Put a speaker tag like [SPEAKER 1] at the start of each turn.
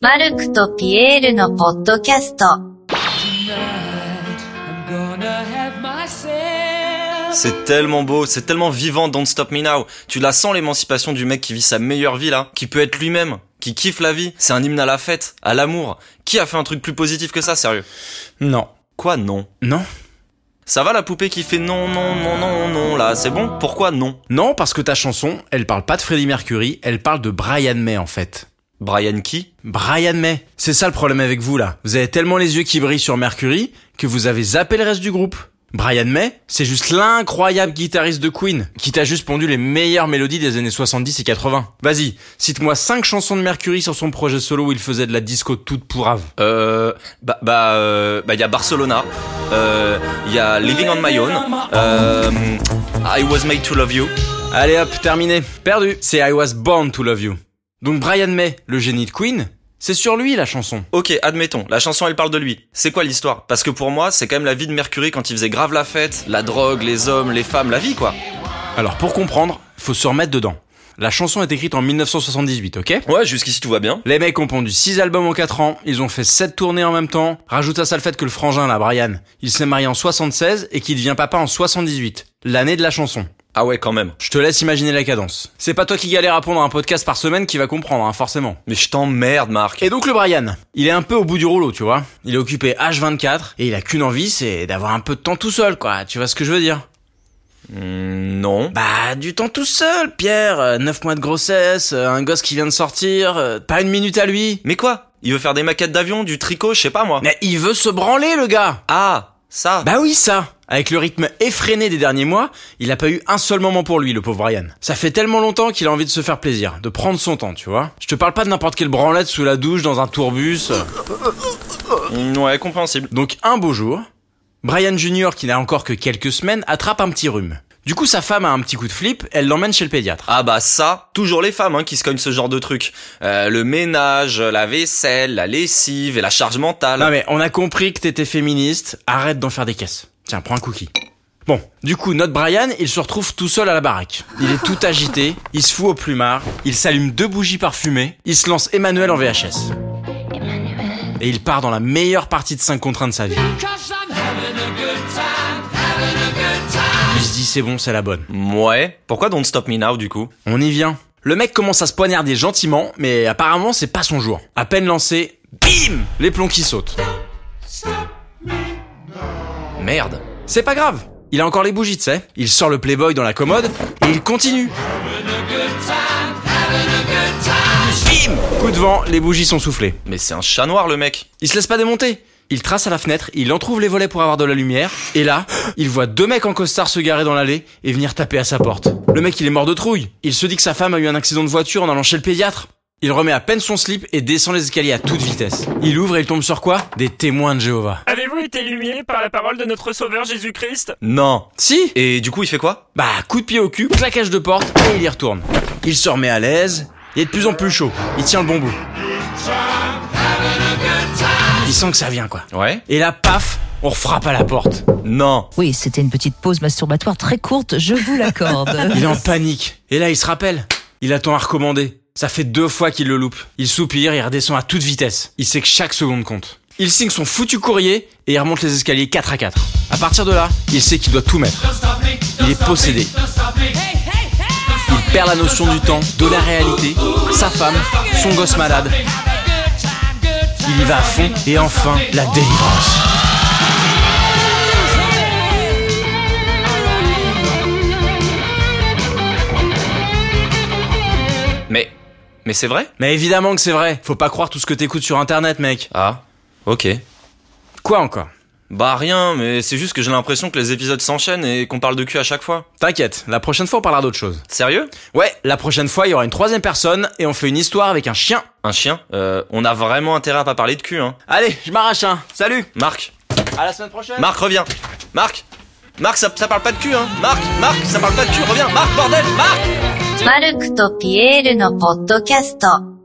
[SPEAKER 1] マルクとピエールのポッドキャスト。
[SPEAKER 2] Tonight, I'm gonna have myself.
[SPEAKER 3] C'est tellement beau, c'est tellement vivant Don't Stop Me Now. Tu la sens l'émancipation du mec qui vit sa meilleure vie là, qui peut être lui-même, qui kiffe la vie. C'est un hymne à la fête, à l'amour. Qui a fait un truc plus positif que ça, sérieux
[SPEAKER 4] Non.
[SPEAKER 3] Quoi non
[SPEAKER 4] Non.
[SPEAKER 3] Ça va la poupée qui fait non, non, non, non, non là, c'est bon Pourquoi non
[SPEAKER 4] Non, parce que ta chanson, elle parle pas de Freddie Mercury, elle parle de Brian May en fait.
[SPEAKER 3] Brian qui
[SPEAKER 4] Brian May. C'est ça le problème avec vous là. Vous avez tellement les yeux qui brillent sur Mercury que vous avez zappé le reste du groupe. Brian May, c'est juste l'incroyable guitariste de Queen, qui t'a juste pondu les meilleures mélodies des années 70 et 80. Vas-y, cite-moi 5 chansons de Mercury sur son projet solo où il faisait de la disco toute pourrave.
[SPEAKER 3] Euh... Bah, bah, euh, bah y a Barcelona, euh, y a Living on My Own, euh, I Was Made to Love You.
[SPEAKER 4] Allez hop, terminé. Perdu. C'est I Was Born to Love You. Donc Brian May, le génie de Queen, c'est sur lui la chanson.
[SPEAKER 3] Ok, admettons, la chanson elle parle de lui. C'est quoi l'histoire Parce que pour moi, c'est quand même la vie de Mercury quand il faisait grave la fête, la drogue, les hommes, les femmes, la vie quoi.
[SPEAKER 4] Alors pour comprendre, faut se remettre dedans. La chanson est écrite en 1978, ok
[SPEAKER 3] Ouais, jusqu'ici tout va bien.
[SPEAKER 4] Les mecs ont pondu 6 albums en 4 ans, ils ont fait 7 tournées en même temps. Rajoute à ça le fait que le frangin, là, Brian, il s'est marié en 76 et qu'il devient papa en 78, l'année de la chanson.
[SPEAKER 3] Ah ouais, quand même.
[SPEAKER 4] Je te laisse imaginer la cadence. C'est pas toi qui galère à pondre un podcast par semaine qui va comprendre, hein, forcément.
[SPEAKER 3] Mais je t'emmerde, Marc.
[SPEAKER 4] Et donc le Brian, il est un peu au bout du rouleau, tu vois. Il est occupé H24 et il a qu'une envie, c'est d'avoir un peu de temps tout seul, quoi. Tu vois ce que je veux dire
[SPEAKER 3] Hmm, non.
[SPEAKER 4] Bah, du temps tout seul, Pierre. Euh, Neuf mois de grossesse, euh, un gosse qui vient de sortir, euh, pas une minute à lui.
[SPEAKER 3] Mais quoi Il veut faire des maquettes d'avion, du tricot, je sais pas moi.
[SPEAKER 4] Mais il veut se branler, le gars
[SPEAKER 3] Ah, ça.
[SPEAKER 4] Bah oui, ça Avec le rythme effréné des derniers mois, il a pas eu un seul moment pour lui, le pauvre Ryan. Ça fait tellement longtemps qu'il a envie de se faire plaisir, de prendre son temps, tu vois. Je te parle pas de n'importe quelle branlette sous la douche, dans un tourbus.
[SPEAKER 3] Hmm, ouais, compréhensible.
[SPEAKER 4] Donc un beau jour, Brian Junior, qui n'a encore que quelques semaines, attrape un petit rhume. Du coup, sa femme a un petit coup de flip, elle l'emmène chez le pédiatre.
[SPEAKER 3] Ah bah ça, toujours les femmes hein, qui se cognent ce genre de truc. Euh, le ménage, la vaisselle, la lessive et la charge mentale.
[SPEAKER 4] Non mais on a compris que t'étais féministe, arrête d'en faire des caisses. Tiens, prends un cookie. Bon, du coup, notre Brian, il se retrouve tout seul à la baraque. Il est tout agité, il se fout au plumard, il s'allume deux bougies parfumées, il se lance Emmanuel en VHS. Et il part dans la meilleure partie de 5 contre 1 de sa vie.
[SPEAKER 2] 'Cause I'm having a good time, having a good time.
[SPEAKER 4] Il se dit c'est bon, c'est la bonne.
[SPEAKER 3] Ouais. Pourquoi Don't Stop Me Now du coup
[SPEAKER 4] On y vient. Le mec commence à se poignarder gentiment, mais apparemment c'est pas son jour. À peine lancé, bim Les plombs qui sautent.
[SPEAKER 3] Merde.
[SPEAKER 4] C'est pas grave. Il a encore les bougies, tu sais. Il sort le Playboy dans la commode et il continue. Bim Coup de vent, les bougies sont soufflées.
[SPEAKER 3] Mais c'est un chat noir le mec.
[SPEAKER 4] Il se laisse pas démonter. Il trace à la fenêtre, il entrouvre les volets pour avoir de la lumière, et là, il voit deux mecs en costard se garer dans l'allée et venir taper à sa porte. Le mec, il est mort de trouille. Il se dit que sa femme a eu un accident de voiture en allant chez le pédiatre. Il remet à peine son slip et descend les escaliers à toute vitesse. Il ouvre et il tombe sur quoi Des témoins de Jéhovah.
[SPEAKER 5] Avez-vous été illuminé par la parole de notre Sauveur Jésus-Christ
[SPEAKER 3] Non.
[SPEAKER 4] Si
[SPEAKER 3] Et du coup, il fait quoi
[SPEAKER 4] Bah, coup de pied au cul, claquage de porte, et il y retourne. Il se remet à l'aise, il est de plus en plus chaud, il tient le bon bout. Il sent que ça vient, quoi.
[SPEAKER 3] Ouais.
[SPEAKER 4] Et là, paf, on refrappe à la porte.
[SPEAKER 3] Non.
[SPEAKER 6] Oui, c'était une petite pause masturbatoire très courte, je vous l'accorde.
[SPEAKER 4] Il est en panique. Et là, il se rappelle. Il attend à recommander. Ça fait deux fois qu'il le loupe. Il soupire et redescend à toute vitesse. Il sait que chaque seconde compte. Il signe son foutu courrier et il remonte les escaliers 4 à 4. À partir de là, il sait qu'il doit tout mettre. Il est possédé. Il perd la notion du temps, de la réalité, sa femme, son gosse malade. Il y va à fond et enfin la délivrance.
[SPEAKER 3] Mais. Mais c'est vrai
[SPEAKER 4] Mais évidemment que c'est vrai. Faut pas croire tout ce que t'écoutes sur internet, mec.
[SPEAKER 3] Ah. Ok.
[SPEAKER 4] Quoi encore
[SPEAKER 3] Bah rien, mais c'est juste que j'ai l'impression que les épisodes s'enchaînent et qu'on parle de cul à chaque fois.
[SPEAKER 4] T'inquiète, la prochaine fois on parlera d'autre chose.
[SPEAKER 3] Sérieux
[SPEAKER 4] Ouais, la prochaine fois, il y aura une troisième personne et on fait une histoire avec un chien.
[SPEAKER 3] Un chien Euh, on a vraiment intérêt à pas parler de cul, hein.
[SPEAKER 4] Allez, je m'arrache un. Salut.
[SPEAKER 3] Marc
[SPEAKER 4] À la semaine prochaine.
[SPEAKER 3] Marc, reviens Marc Marc, ça, ça parle pas de cul, hein Marc Marc, ça parle pas de cul, reviens Marc, bordel Marc
[SPEAKER 1] マルクとピエールのポッドキャスト。